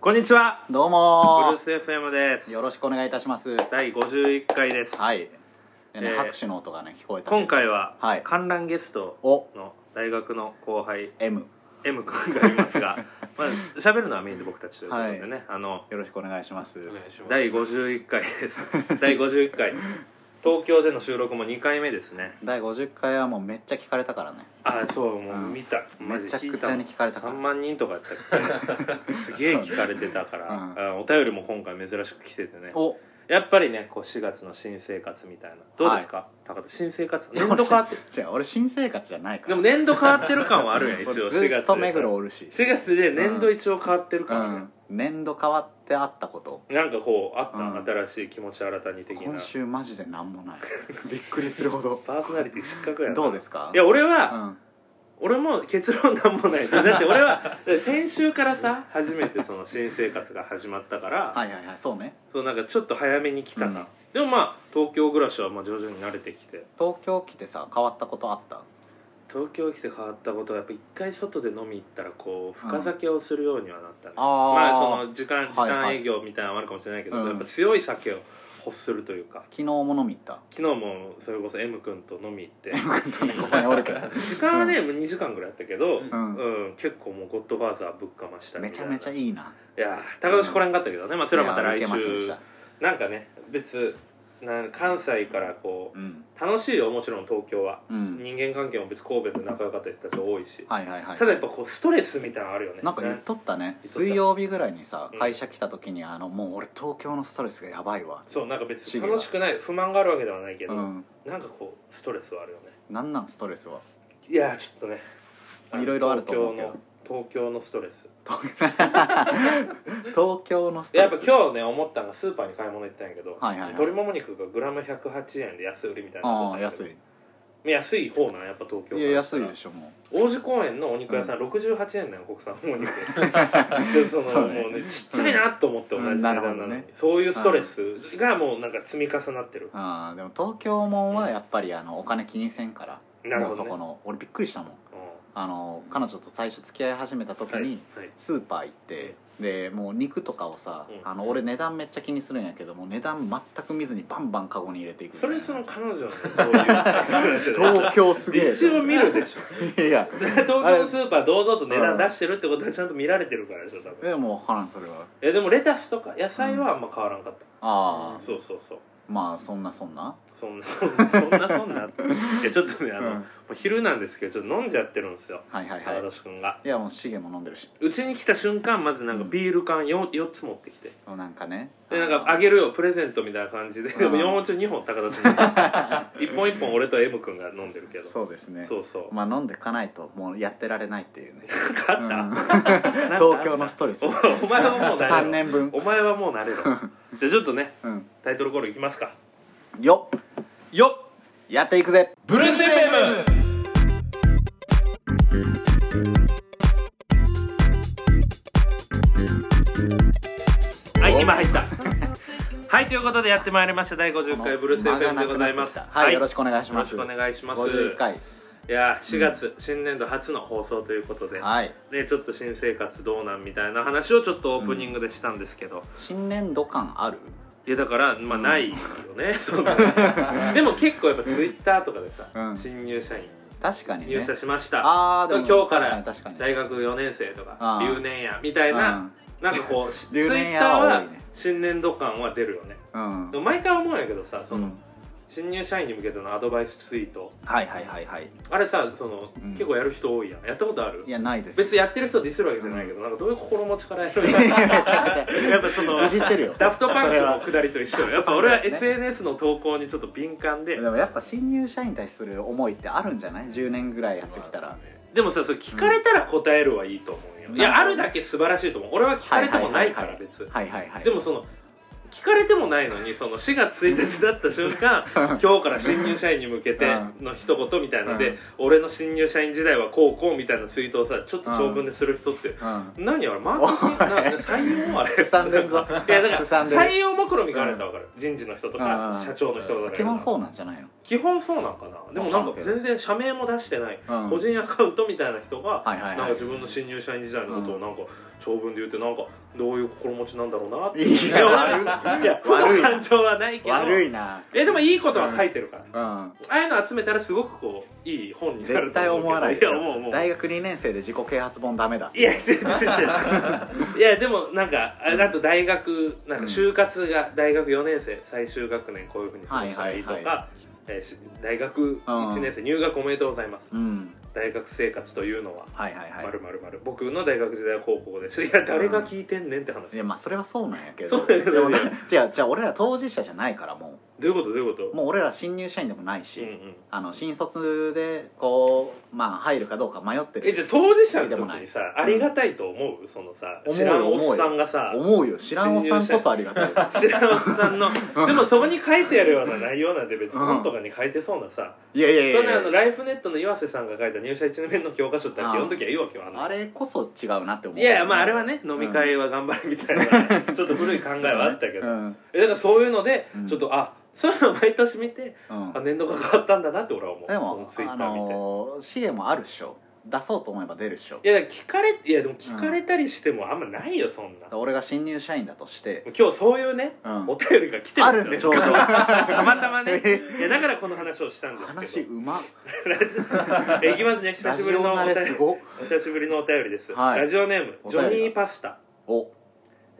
こんにちは。どうブルもース FM です。ーよろしく。しくお願いいたします第51回です。はいでえねー拍手の音がね聞こえたんで今回は、はい観覧ゲストおの大学の後輩 M M 君がいます が、まあ喋るのはメインで僕たちということでね、あのよろしくお願いしますお願いします第51回です。 第51回。東京での収録も2回目ですね。第50回はもうめっちゃ聞かれたからねああ、そう、もううん見た。マジめちゃ聞いくちたゃに聞かれたから3万人とかやった っけすげえ聞かれてたから、そうねあお便りも今回珍しく来ててねおやっぱりねこう4月の新生活みたいなどうですか、高田新生活年度変わって違う俺新生活じゃないからでも年度変わってる感はあるやん一俺応ず4っ月とで目黒おるし4月で年度一応変わってるう感はねん年度変わってあったことなんかこうあった、うん新しい気持ち新たに的な今週マジで何もない びっくりするほどパーソナリティ失格やな どうですかいや俺うは、ん俺も結論なんも ないだって俺は先週からさ初めてその新生活が始まったから、はいはいはいそうねそうなんかちょっと早めに来たな、うんでもまあ東京暮らしはまあ徐々に慣れてきて東京来てさ変わったことあった東京来て変わったことはやっぱ一回外で飲み行ったらこう深酒をするようにはなったね、あーまあその時間い時短営業みたいなのもあるかもしれないけど、うんやっぱ強い酒を欲するというか昨日も飲み行った昨日もそれこそ M 君と飲み行って M 君とねここにおるけど時間はね、もう2時間ぐらいあったけど、ううんうん、結構もうゴッドファーザーぶっかましたりめみちたゃいなめちゃいいないやー高年来れんかったけどね、まあ、それはまた来いやいけませんでし週たなんかね別なん関西からこうんう楽しいよもちろん東京は、うん人間関係も別に神戸と仲良かった人たち多いし、はいはいはいただやっぱこうストレスみたいなのあるよねなんか言っとったね言っとった水曜日ぐらいにさうん会社来た時にあのもう俺東京のストレスがやばいわそうなんか別シにゲは楽しくない不満があるわけではないけど、うんなんかこうストレスはあるよねなんなんストレスはいやーちょっとねいろいろあると思うけど東京の東京のストレス東 東京のストレスいややっぱ今日ね思ったのがスーパーに買い物行ったんやけど、はいはいはい鶏もも肉がグラム108円で安売りみたいなああ安いい安い方なんやっぱ東京いや安いでししょも王子公園のお肉屋さん、68円なんよ国産のお 肉でそのそうねもうねちっちゃいなと思って同じ値段なのに、うんなるほどねそういうストレスがもうなんか積み重なってるう、ああでも東京もんはやっぱりあのお金気にせんからなるもほうどそねこの俺びっくりしたもんうあの彼女と最初付き合い始めた時んはいにはいスーパー行ってでもう肉とかをさ、うんあの俺値段めっちゃ気にするんやけども値段全く見ずにバンバンカゴに入れていくみたそいなれその彼女のそういう東京すげえ一応見るでしょいやいや東京のスーパー堂々と値段出してるってことはちゃんと見られてるからでしょ多分でも分からんそれはいやでもレタスとか野菜はあんま変わらんかっあたあそうそうそうまあそんなそんなそんなそんなそんなそんないやちょっとねあのうんもう昼なんですけどちょっと飲んじゃってるんですよはいはい高はい俊君がいやもうシゲも飲んでるしうちに来た瞬間まずなんかビール缶 4, 4つ持ってきてそうなんかねでなんかあげるよプレゼントみたいな感じででもうん4本中2本高田君が一本一本俺と M 君が飲んでるけどそうですねそうそうまあ飲んでかないともうやってられないってい うね、あった、うんなんかあった東京のストレスおお前はもう慣3れろ年分お前はもう慣 れろじゃあちょっとねうんタイトルコールいきますかよっよっやっていくぜブルース FM はい今入ったはいということでやってまいりました第50回ブルース FM でございます間がなくなってきたはい、よろしくお願いしよろましすくお願いします51回いやー4月新年度初の放送ということで、はいねちょっと新生活どうなんみたいな話をちょっとオープニングでしたんですけど、新年度感あるいやだからまあないよ ね、そんなねでも結構やっぱツイッターとかでさ、うん新入社員確かにね入社しました、ああでも今日から確かに確かに大学4年生とかあー留年やみたいな、なんか こうツイ留年ッやターはは多いね新年度感は出るよねうん、うんでも毎回思うんやけどさその、うん新入社員に向けてのアドバイスツイートはいはいはいはいあれさその、うん結構やる人多いやんやったことあるいやないです 別にやってる人ディスるわけじゃないけど、なんかどういう心持ちからやるのめち やゃくちっぱそのゃいじってるよダフトパンそクれのはくだりと一緒よやっぱ俺は SNS の投稿にちょっと敏感ででもやっぱ新入社員に対する思いってあるんじゃない10年ぐらいやってきたら、でもさそれ聞かれたら答えるはいいと思うよ、うんいやあるだけ素晴らしいと思う俺は聞かれてもないから別、はいはいはいでもその聞かれてもないのにその4月1日だった瞬間今日から新入社員に向けての一言みたいので、うん俺の新入社員時代はこうこうみたいなツイートをさちょっと長文でする人って、うん何あれマーケティングなな採用あれすさんでんぞ いやだからすさんでる採用目論見かられたら分かる、人事の人とか、うん社長の人とか基本うそうなんじゃないの、基本そうなんかなでもなんか全然社名も出してない、うん個人アカウントみたいな人が、はいはいなんはかい自分の新入社員時代のことをなんか長文で言ってなんかどういう心持ちなんだろうなっていいやや悪い悪いいや負悪のい感情はないけど悪いなえでもいいことは書いてるから、うんああいうの集めたらすごくこういい本になる絶と対思うけど思わないいでしやもうもょう大学2年生で自己啓発本ダメだいや違う違う違 ういやでもなんかああと大学なんか就活が大学4年生最終学年こういうふうに過ごしたらいいとか、はいはいえーし大学1年生入学おめでとうございますうん大学生活というのははいはいはいまるまるまる僕の大学時代は高校ですいや誰が聞いてんねんって話、いやまあそれはそうなんやけそどうだけどでもな いやじゃあ俺ら当事者じゃないからもどういうことどういうことうもう俺ら新入社員でもないし、うんうんあの新卒でこうまあ入るかどうか迷ってえじゃるあ当事者のでもな時いにさありがたいと思うそのさ思う知よらんおっさんがさ思うよ知らんおっさんこそありがたいよ知らんおっさんのでもそこに書いてあるような内容なんて別に本とかに書いてそうなさ、いやいやいやそんなあのライフネットの岩瀬さんが書いた入社1年目の教科書って読んどきゃいいわけはあんのあれこそ違うなって思ういやいやまああれはね飲み会は頑張れみたいな、ちょっと古い考えはあったけど、うんえだからそういうのでうんちょっと、あそういうの毎年見てうんあ年度が変わったんだなって俺は思うでそのもツイあッター見て、のー、資源もあるっしょ出そうと思えば出るっしょいやだから聞かれいやでも聞かれたりしてもあんまないよそんな、俺が新入社員だとして、今日そういうねうんお便りが来てあるるんんでですよすよちょうどたまたまねえいやだからこの話をしたんですけど話う まラジオえいきますね久ラしジぶりオのお慣便れりすご久しぶりのお便りです、はいラジオネームおジ便ョりだニーパスタ、お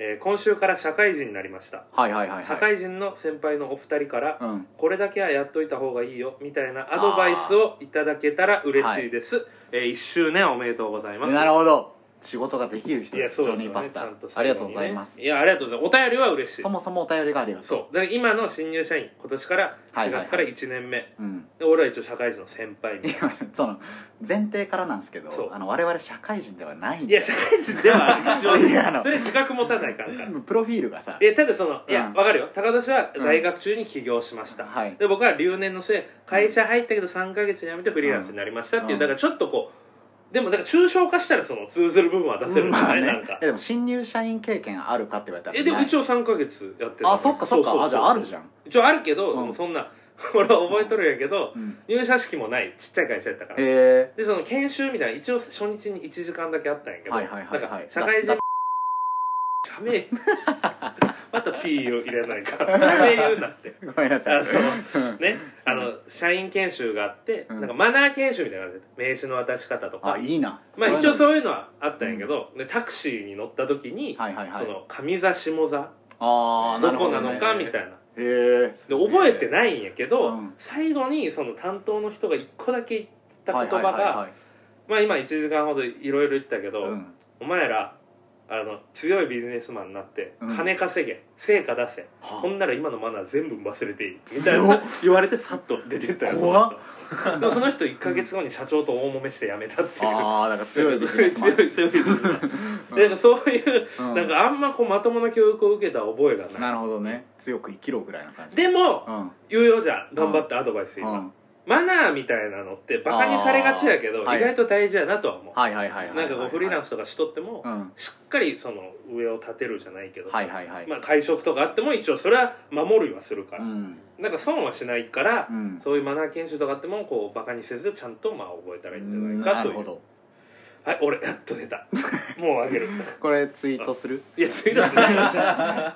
えー今週から社会人になりました、はいはいはいはい社会人の先輩のお二人から、うんこれだけはやっといた方がいいよみたいなアドバイスをいただけたら嬉しいです、えー、1周年おめでとうございますなるほど仕事ができる人いやですそうジですョニよーねパスちタゃんと最後にねありがとうございますいやありがとうございますお便りは嬉しいそもそもお便りがありがとうそうだから今の新入社員今年からはい4はいはい月から1年目、うん で俺は一応社会人の先輩みたいいやその前提からなんですけどそうあの我々社会人ではないん ないやで社会人では一応いやあのそれ自覚持たないからからプロフィールがさいやただそのいや、うんわかるよ高年は在学中に起業しました、はいで僕は留年の末会社入ったけど3ヶ月で辞めてフリーランスになりましたっていう、うんだからちょっとこうでもだから抽象化したらその通ずる部分は出せるんだね,、まあねなんかいやでも新入社員経験あるかって言われたらえでもない一応3ヶ月やってるあそっかそっかあじゃああるじゃんゃん一応あるけど、うんでもそんな 俺は覚えとるんやけどうん入社式もないちっちゃい会社やったからへでその研修みたいな一応初日に1時間だけあったんやけど、はいはいはいはいなんか社会人だ社名 また P を入れないから社名言うなってえごめんなさいあのうんねあの社員研修があって、うんなんかマナー研修みたいなのがあって名刺の渡し方とかあいいなまあ一応うそういうのはあったんやけど、でタクシーに乗った時に、はいはいはそいの上座下座ああどこなのかみたいいな。なへえで覚えてないんやけど、うん最後にその担当の人が一個だけ言った言葉が、はいまあ今1時間ほどいろいろ言ったけど、はいはいうんお前らあの強いビジネスマンになってうん金稼げ、成果出せはほんなら今のマナー全部忘れて いいみたいな言われてさっと出てったよ怖っでもその人1か月後に社長と大揉めして辞めたっていうああだから強いビジネスマ ン強い強い強い でなんかそういう、うんなんかあんまこうまともな教育を受けた覚えがないなるほどね強く生きろぐらいな感じでも、うん言うよじゃあ頑張ってアドバイス今、うんマナーみたいなのってバカにされがちやけどあ意ーはい外と大事やなとは思う、はいはいはいはいなんかこうフリーランススとかしとっても、うんしっかりその上を立てるじゃないけどさ、はいはいはいまあ、会食とかあっても一応それは守るはするから、うんなんか損はしないからう、んそういうマナー研修とかあってもこうバカにせずちゃんとまあ覚えたらいいんじゃないかなとるいうほどはい俺やっと出た もうあげるこれツイートするいや次だ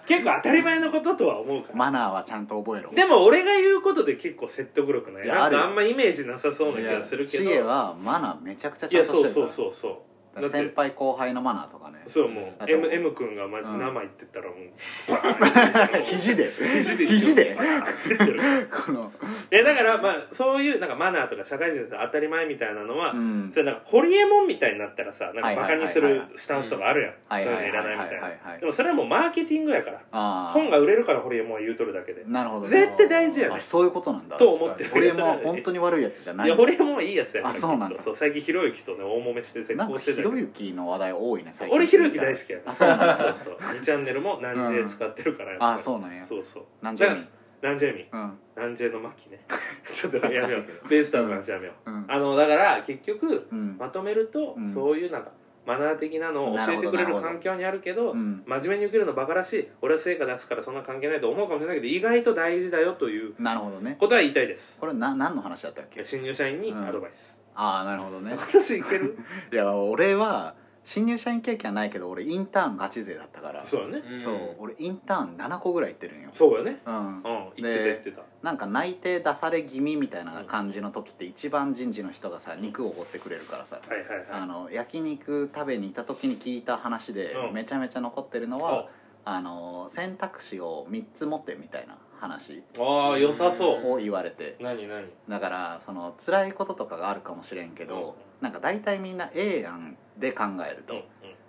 結構当たり前のこととは思うから マナーはちゃんと覚えろでも俺が言うことで結構説得力ないいやなんあるかよあんまイメージなさそうな気がするけどシゲはマナーめちゃくちゃいちゃやんとそうしてそうるそうそうだからって先輩後輩のマナーとかねそうもあうと M, M 君がマジうん生言ってたらもう バーン肘で肘で肘でバーンって言ってるこのえだからまあそういうなんかマナーとか社会人の当たり前みたいなのは、うんそれなんかホリエモンみたいになったらさなんかバカにすはいはるいはいはスタンスとかあるやん、はいそうはいいうのはいらいなはいいみたはいな、いはいでもそれはもうマーケティングやからあー本が売れるからホリエモンは言うとるだけで、なるほど絶対大事やねあそういうことなんだと思ってる確かに俺も本当に悪いやつじゃないいやホリエモンはいいやつやからあそうなんだきっとそう最近ひろゆきとね大揉めして絶なん交かしてたひけどろゆきの話題多いね最近俺ひろゆき大好きやからあそうなんだそうそう2チャンネルも「南 J」使ってるからやっぱりあそうなんやそうそうなんじゃみだから南 J ミうん南 J の巻ね ちょっとやめよ懐かしいけうベースターの話やめよう、うんあのだから結局うんまとめると、うんそういうなんかマナー的なのを教えてくれなるほるどなる環ほ境にあるけどうん真面目に受けるのバカらしい俺は成果出すからそんな関係ないと思うかもしれないけど意外と大事だよというなるほどねことは言いたいですこれな何の話だったっけ新入社員にアドバイス、ああなるほどね私いけるいや俺は新入社員経験はないけど俺インターンガチ勢だったか らそうやねうんそう俺インターン7個ぐらい行ってるんよそうやねうんうん言ってた言ってたなんか内定出され気味みたいな感じの時って一番人事の人がさ肉をおごってくれるからさはいはいはいあの焼肉食べに行った時に聞いた話でうんめちゃめちゃ残ってるのあはあの選択肢を3つ持ってみたいな話あー良さそうを言われて何何だからその辛いこととかがあるかもしれんけどなんか大体みんな A 案で考えるうんうんと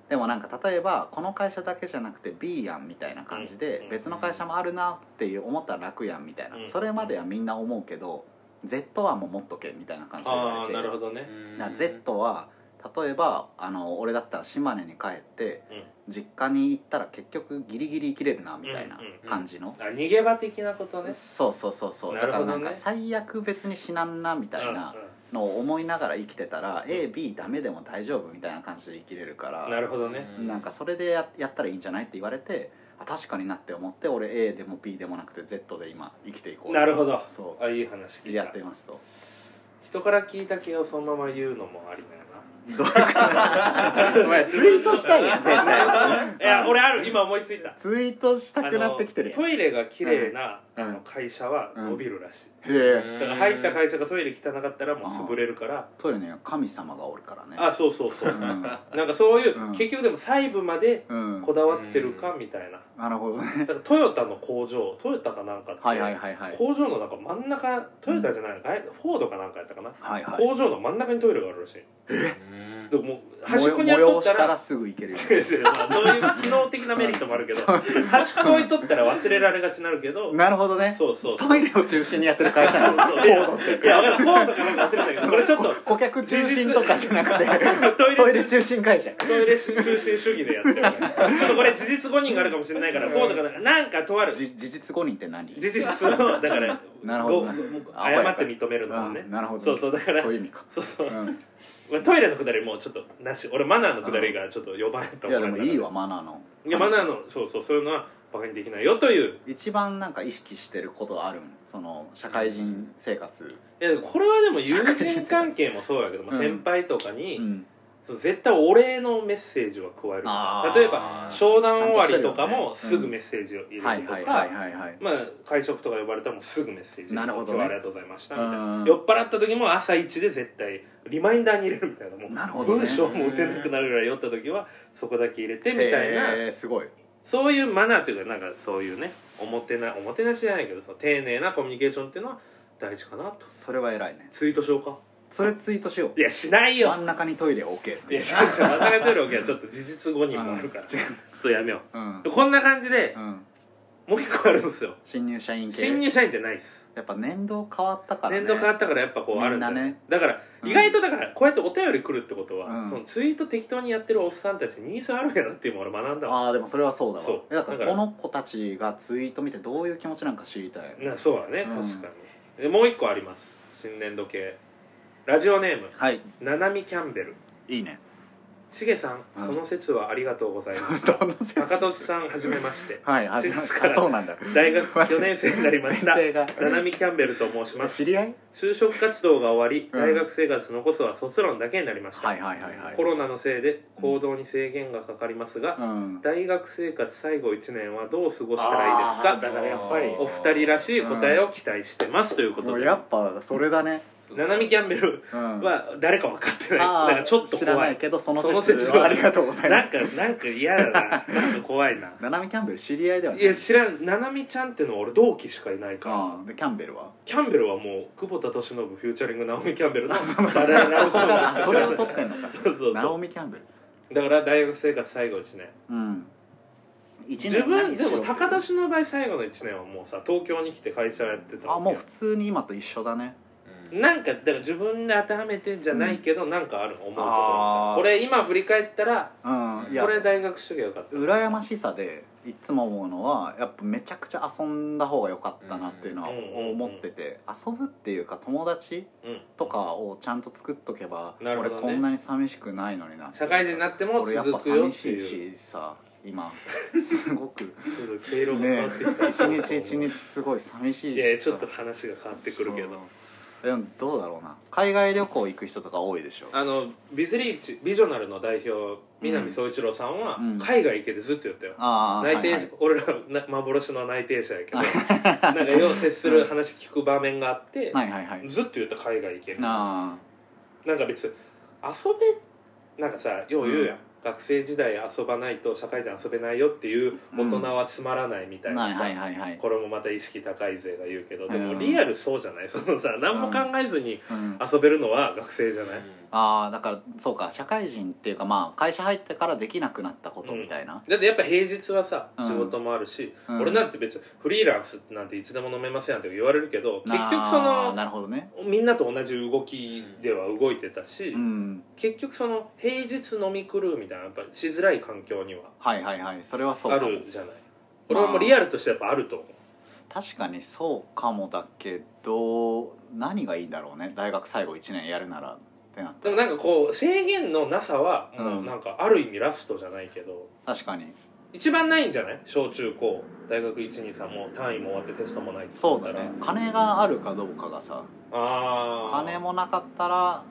でもなんか例えばこの会社だけじゃなくて B 案みたいな感じうでん別の会社もあるなっていう思ったら楽やんみたいなうんそれまではみんな思うけど Z 案も持っとけみたいな感じで言あわあれなてるほどねだから Z は例えばあの俺だったら島根に帰って、実家に行ったら結局ギリギリ生きれるなみたいうなんうんうん感じの、あ逃げ場的なことねそうそうそうそう、なだるかほらどねなんか最悪別に死なんなみたいなうのを思いながら生きてたら、うん AB ダメでも大丈夫みたいな感じで生きれるかんうらんなるほどねうんなんかそれでややったらいいんじゃないって言われてあ確かになって思って俺 A でも B でもなくて Z で今生きていこうなるほどそあいい話う聞いやったてますと人から聞いた系をそのまま言うのもありだよなどうかなお前ツイートしたいやん絶 対いや俺ある今思いついたツイートしたくなってきてるあのトイレが綺麗なうんあの会社は伸びるらしい、へえだから入った会社がトイレ汚かったらもう潰れるからトイレには神様がおるからね、あそうそうそううんなんかそういう、うん結局でも細部までうんこだわってるかみたいななるほどねだからトヨタの工場トヨタかなんかって、はいはいはいはい工場のなんか真ん中トヨタじゃない、外フォードかなんかやったかな、はいはい工場の真ん中にトイレがあるらしいうんでももう端っこ模にやっと様っしたたららすぐ行けるよね そういう機能的なメリットもあるけど端っこにとったら忘れられがちになるけど なるほどねそうそうそうトイレを中心にやってる会社なのそうそういやいや、俺、フォーとかなんか忘れたけど、これちょっと、顧客中心とかじゃなくてト トイレイレ中中心会社トイレ中心主義でやってるからちょっとこれ事実誤認があるかもしれないからフォーとかなんかなんかとある事じ事実誤認って何実をだから なるほどな誤誤って認めるのもねうんなるほどそうそうだからそういう意味かそうそうう、 んまあトイレのくだりもうちょっとなし俺マナーのくだりがちょっと呼ばれたいやでもいいわマナーのいやマナーのそうそうそういうのはバカにできないよという一番なんか意識してることあるんその社会人生活いやこれはでも友人関係もそうやけど、まあ、うん先輩とかに、うんそう絶対お礼のメッセージは加えるとあかー例えば商談終わりとかちゃんもとしてするよねぐメッセージを入はれいるとはいかはいはいはいまあ会食とか呼ばれたらもうすぐメッセージなるほど今日ねはありがとうございました」みたいうんな酔っ払った時も朝一で絶対リマインダーに入れるみたいなもうなるほどね文章も打てなくなるぐらい酔った時はそこだけ入れてみたいなえー、すごいそういうマナーというかなんかそういうねおもてなおもてなしじゃないけどその丁寧なコミュニケーションっていうのは大事かなとそれは偉いねツイートしようかそれツイートしよういやしないよ真ん中にトイレを置けいや違う違う間違えてるわけはちょっと事実誤認もあるからうん違うそうやめようんう、こんな感じでうん、もう一個あるんですよ新入社員系新入社員じゃないですやっぱ年度変わったからね年度変わったからやっぱこうあるんだみんなねだからうん意外とだからこうやってお便り来るってことは、うんそのツイート適当にやってるおっさんたちニーズあるんやなっていうのを俺学んだわああでもそれはそうだわそうえだかだらからこの子たちがツイート見てどういう気持ちなんか知りたいなそうだねうん確かに、でもう一個あります新年度系ラジオネームはいななみキャンベルいいねしげさん、うんその説はありがとうございまし どたの説赤とちさんはじめましてはいあ静かあそうな んだ大 学4年生になりま前した提がななみキャンベルと申します知り合い就職活動が終わりうん大学生活残すは卒論だけになりました、はいはいはいはいコロナのせいで行動に制限がかかりますが、うん大学生活最後1年はどう過ごしたらいいですあかーだからやっぱりあーお二人らしい答えを期待してます、というこもとうでやっぱそれだねナナミキャンベルうんは誰か分かってない、あなんあかちょっと知ら怖ないいけどそそのの説説ははありがとうございまなすんかなんか嫌だななんか怖いなナナミキャンベル知り合いではないいや知らんナナミちゃんってのは俺同期しかいないから、うんでキャンベルはキャンベルはもう久保田利伸フューチャリングナオミキャンベルのあそうなんだバレエナオミキャンベルあそれを取ってんのかそうそうナオそミキャンベルうだから大学生活最後1年うん一自分何しでようも高田氏の場合最後の1年はもうさ東京に来て会社やってたわあけもう普通に今と一緒だねなんかだから自分で当てはめてんじゃないけど、なんかある思うところあーこれ今振り返ったらうんいやこれ大学主義よかった羨ましさでいつも思うのはやっぱめちゃくちゃ遊んだ方が良かったなっていうのは思ってて遊ぶっていうか友達うんとかをちゃんと作っとけば、なるほ俺どねこんなに寂しくないのにな社会人になっても俺やっぱ続くよ寂ってしいういしさ今すご くちょっと毛色が変ねわってきた、一日一日すごい寂しいしいやちょっと話が変わってくるけどそうでもどうだろうな海外旅行行く人とか多いでしょあのビズリーチビジョナルの代表南総一郎さんはうん海外行けてずっと言ったよ、ああ内定者、はい俺らな幻の内定者やけどなんかよう接する話聞く場面があって、はいはいはいはいずっと言った海外行けるなあんか別に遊べなんかさよう言うやん、学生時代遊ばないと社会人遊べないよっていう大人はつまらないみたあいなはいさ、はいはいはいこれもまた意識高い勢が言うけどでもうんリアルそうじゃない そのさ何も考えずにうん遊べるのは学生じゃない、ああだからそうか社会人っていうかまあ会社入ってからできなくなったことみたいな、だってやっぱ平日はさうん仕事もあるし、うん俺なんて別にフリーランスなんていつでも飲めますやんって言われるけど結な局そのなるほどねみんなと同じ動きでは動いてたし、うん結局その平日飲み狂うみたいなやっぱしづらい環境にははいはいはいそれはそうあかもるじゃない俺はもうリアルとしてやっぱあると思う確かにそうかもだけど何がいいんだろうね大学最後1年やるならってなったでもらなんかこう制限のなさはもうなんかある意味ラストじゃないけど、確かに一番ないんじゃない小中高大学123もう単位も終わってテストもないって言そっうたらだね金があるかどうかがさああ金もなかったら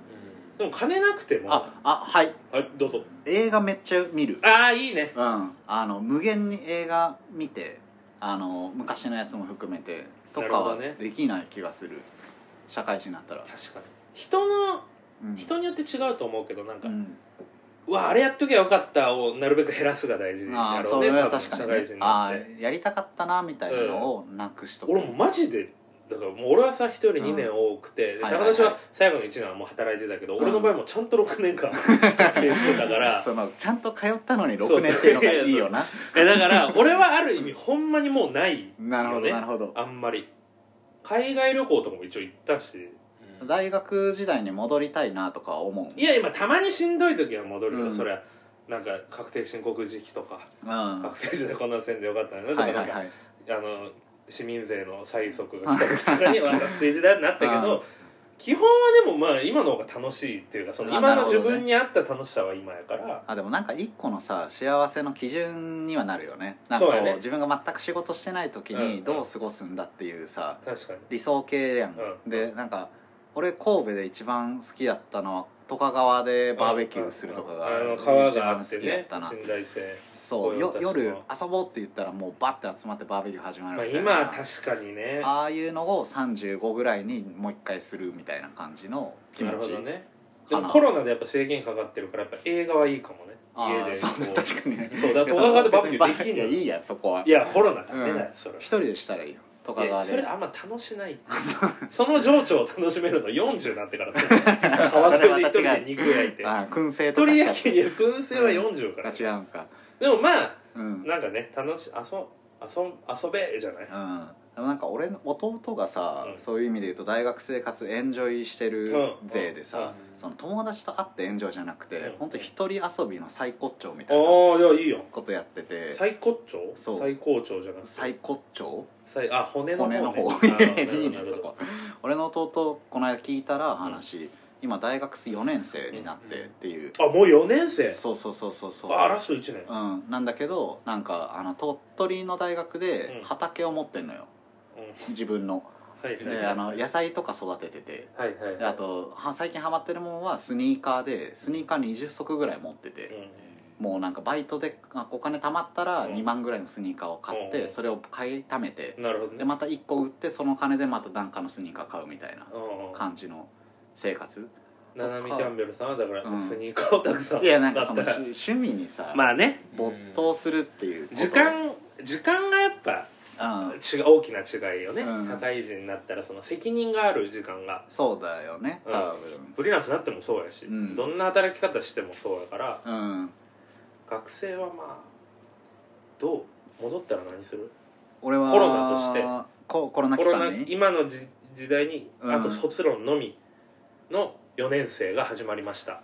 でも金なくてもああはいはいどうぞ映画めっちゃ見るああいいねうんあの無限に映画見てあの昔のやつも含めてとなかるほどはねできない気がする社会人になったら、確かに人のうん、人によって違うと思うけどなんか、ううんわあれやっときゃよかったをなるべく減らすが大事あだあろそうねれは多分確か社に、会ね人に、あなあってやりたかったなみたいなのをなくしとく、俺もマジでだからもう俺はさ人より2年多くて、ではい高はいはい田氏は最後の1年はもう働いてたけど、俺の場合もちゃんと6年 間学生してたからそのちゃんと通ったのに6年っていうのがいいよなえだから俺はある意味ほんまにもうないなるほどねなるほどあんまり海外旅行とかも一応行ったし大学時代に戻りたいなとかは思ういや今たまにしんどい時は戻るよ、うんそりゃなんか確定申告時期とか、うんは学生時代こんなんせんでよかったなといか、はいなんかはいあの市民税の催促が来た時とかには学生時代になったけど、基本はでもまあ今の方が楽しいっていうかそのあ今なるのほ自どね分に合った楽しさは今やから。あでもなんか一個のさ幸せの基準にはなるよねなんそかこううやね自分が全く仕事してない時うんうんにどう過ごすんだっていうさ確かに理想系やん、うんでなんか俺神戸で一番好きやったのは十日川でバーベキューするとかがうんあの川一があ番っ好てきやねったな、信頼性、そこうういうよ私も夜遊ぼうって言ったらもうバッて集まってバーベキュー始ままあ、るみたい今な、は確かにねああいうのを35ぐらいにもう一回するみたいな感じの気持なるほち、どねでかなもコロナでやっぱ制限かかってるからやっぱ映画はいいかもねあ家あでそうこう確かにねそうだから十日川でバーベキューできんいのやよ いいやそこはいやコロナ食べない、うそれ一人でしたらいいよ十日いや川それであんま楽しないその情緒を楽しめるの40になってから川沿いで一人で肉焼いてあ燻製一と人かし焼たき肉燻製は40からら違うんかでもまあうんなんかね楽し遊遊遊べじゃないうん、でもなんか俺の弟がさ、うんそういう意味で言うと大学生活エンジョイしてる勢でさ、うんうんその友達と会ってエンジョイじゃなくて、うんほんと一人遊びの最高潮みあたいなあいやいいよことやってて最高潮そう最高潮じゃなくて最高潮最あ骨の方、ね、骨の方あ ーいいねなるそほどこ俺の弟この間聞いたら話、今大学4年生になってっていう、あもう4年生そうそうそうそうそうあラスト1年うん、なんだけどなんかあの鳥取の大学でうん畑を持ってんのよ、自分のはいはいであの野菜とか育てててはいはいであとは最近ハマってるもんはスニーカーでスニーカー20足ぐらい持ってうて、んもうなんかバイトであお金貯まったらうん2万ぐらいのスニーカーを買って、うんそれを買い貯めて、なるほどねでまた1個売ってその金でまた何かのスニーカー買うみたいなうん感じの生活ナナミキャンベルさんはだからうんスニーカーをたくさんいやなんかそ買のったら趣趣味にさ、 まあね没頭するっていうこと時間時間がやっぱうん違う大きな違いよね、うん社会人になったらその責任がある時間がそうだよねうん多フリーランスになってもそうやし、うんどんな働き方してもそうやから分うん学生はまあどう戻ったら何する俺はコロナとしてココロナコ期ロナ間に今のじ時代に、うんあと卒論のみの4年生が始まりました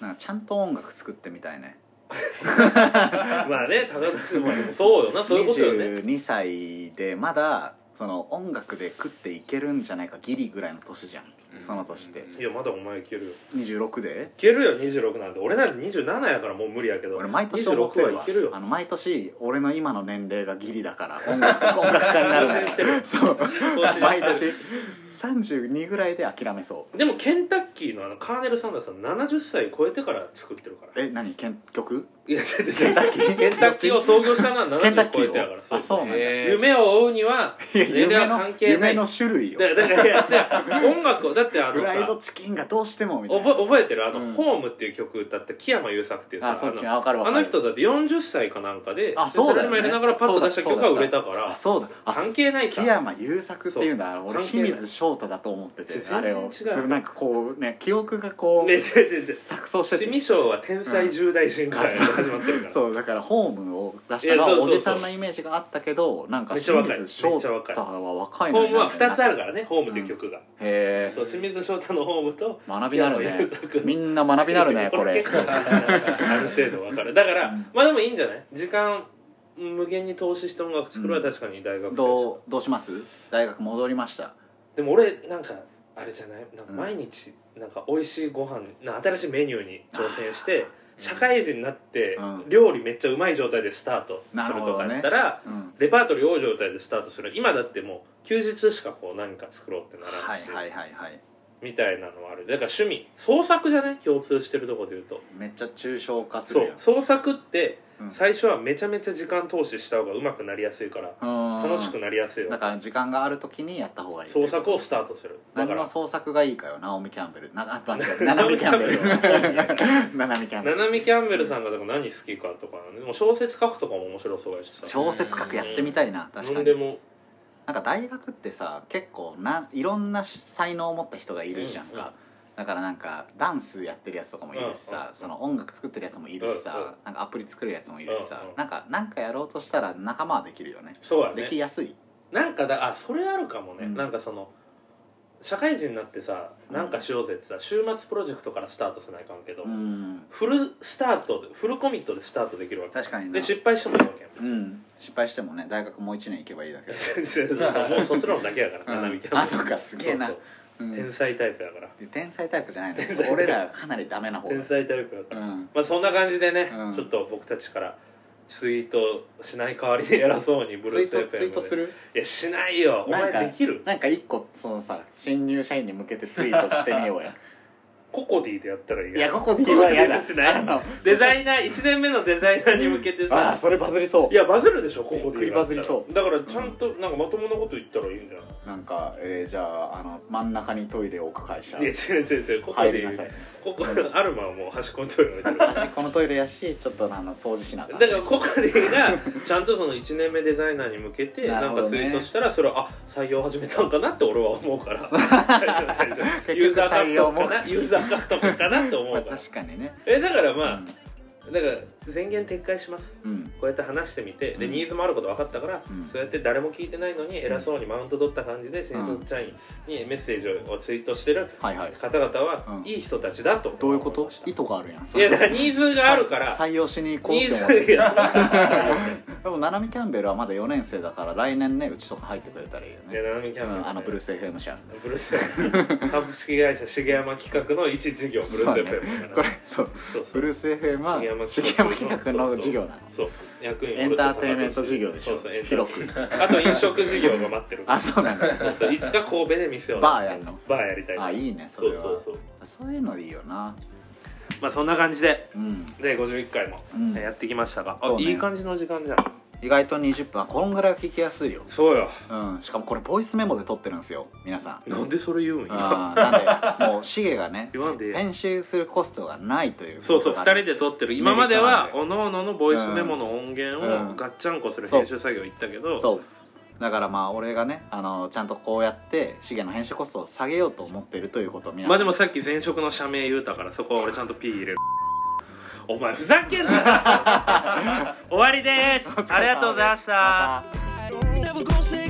なんかちゃんと音楽作ってみたいね まあね高田君もそうよなそういうことよね22歳でまだその音楽で食っていけるんじゃないかギリぐらいの年じゃんその年っていやまだお前いけるよ26でいけるよ26なんて俺なんて27やからもう無理やけど俺毎年思ってる26はいけるよわあの毎年俺の今の年齢がギリだ から音楽音楽家になるな更新してるそう更新してる 毎年32ぐらいで諦めそ うでもケンタッキーのあのカーネル・サンダーさん70歳超えてから作ってるからえ何けん曲 いや違う違うケンタッキーケンタッキーを創業したのはケンタッ70キ超ーをえてやからあそうなんだえー夢を追うに はいや年夢齢はの関係な夢いの種類よだだからいやじゃあ音楽をだってあフのさライドチキンがどうしてもみたいな覚覚えてるあの、うんホーム」っていう曲歌った木山優作っていうさあそっちああ分かるの分あかるの人だって40歳かなんかであそうだよねサラリーマンやりながらパッと出した曲が売れたかあらそうだあ関係ないさ木山優作っていうのは関俺係な清い水翔太だと思ってて全然あれをそ違うれなんかこうね記憶がこうね違う違う違う錯綜してシてミショーは天才重大進化うんがあそう始まってるから、そうだからホームを出したいやそうらそうおそうじさんのイメージがあったけどなんかめっちゃ清若い水翔太めっちゃ若いは若いホのーにムなはんだ2よなつあるからね「ホーム」っていう曲が、へえそう清水翔太の「ホーム」と学木びなる山優ね作みんな学びなる ねこれ結構ある程度わかるだから、うんまあでもいいんじゃない時間無限に投資して音楽作るは確かに大学生どうどうします大学戻りましたでも俺なんかあれじゃないなんかうん毎日なんか美味しいご飯なんか新しいメニューに挑戦して社会人になってうん料理めっちゃうまい状態でスタートなするるほとどかねやったら、うんレパートリー多い状態でスタートする今だってもう休日しかこう何か作ろうってならはんいし、はいはいはいみたいなのはあるだから趣味創作じゃね共通してるとこで言うとめっちゃ抽象化すそるうやん創作ってうん最初はめちゃめちゃ時間投資した方がうまくなりやすいからうん楽しくなりやすいよだから時間がある時にやった方がいい創作をスタートするだか何のら創作がいいかよナオミ・キャンベルなあ間 違 えたナナミ・キャンベルナナミ・キャンベナル ナミ・キャンベルさんがだから何好きかとかねでも小説書くとかも面白そうやしさ小説書くやってみたいな確か何にでもなんか大学ってさ結構ないろんな才能を持った人がいるじゃんか、うんうんだからなんかダンスやってるやつとかもいるしうんうんさう、んその音楽作ってるやつもいるしさ、うんうんなんかアプリ作るやつもいるしさ、うんうんなんかなんかやろうとしたら仲間はできるよねそうやできねやすいなんかだあそれあるかもね、うんなんかその社会人になってさなんかしようぜってさ週末プロジェクトからスタートせないかんけど、うんフルスタートでフルコミットでスタートできるわけ確かにでな失敗してもいいわけやん別うに、ん失敗してもね大学もう1年行けばいいだけだ もう卒論だけやから、うナんナミキャンベルあそっかすげえなそううそうん天才タイプやからで天才タイプじゃない天才の俺らかなりダメな方だ天才タイプやからうんまあそんな感じでね、うんちょっと僕たちからツイートしない代わりに偉そうにブツイルーース FM トでツイートするいやしないよおなんか前できるなんか一個そのさ新入社員に向けてツイートしてみようやココディでやったらいいいややここで言うは嫌だここでしないあのデザイナー1年目のデザイナーに向けてあーさそれバズりそいやバズるでしょココディびっくりバズりそうだからちゃんとなんかまともなこと言ったらいいんじゃうなんか、えー、じゃああの真ん中にトイレを置く会社ないいや違う違う違うココデ入りなさィいココアルマはもう端っこにトイレ置いてる端っこのトイレやしちょっとあの掃除しながらだからコカリがちゃんとその1年目デザイナーに向けて ななるんほかどねツイートしたらそれはあ採用始めたんかなって俺は思うから ユー結局ザー採獲用得もかなユーザー獲得かなって思うまあ、 から確かにねえだからまあだから宣言撤回しますうん、うんこうやって話してみてでうんニーズもあること分かったからうんそうやって誰も聞いてないのに偉そうにマウント取った感じで新卒社員にメッセージをツイートしてるはいはい方々うはんいい人たちだとどういう思こまとした意図があるやいんやだからニーズがあるから採用しに行こうっニて思っーてズがでもナナミキャンベルはまだ4年生だから来年ねうちとか入ってくれたらいいよいやね、ナナミキうャンベルねん、あのブルース FM 社ブルース FM 株式会社茂山企画の一事業ブルース FM こだかれらそうそうそブうルース FM は杉山重企山画企画の事業なのそう役員エンターテインメント事業でしょそうそうエンター広くあと飲食事業が待ってるあそうなんだそうそういつか神戸で店をバーやんのバーやりたいあいいねそそれうはそうそうそういうのいいよなまあそんな感じでうん、で51回もうん、やってきましたが、そあうねいい感じの時間じゃん意外と20分あこんぐらいは聞きやすいよ、そうようん、しかもこれボイスメモで撮ってるんですよ皆さんなんでそれ言うんやあーなんでもうシゲがね言わんでええ編集するコストがないというそうそうこと2が人で撮ってる今まではメリットおのおののボイスメモの音源うをんガッチャンコする編集作業行ったけどそうだからまあ俺がねあのちゃんとこうやってシゲの編集コストを下げようと思ってるということを皆まさあんでもさっき前職の社名言うたからそこは俺ちゃんと P 入れるお前ふざけん な終わりですありがとうございましたまた Never gonna say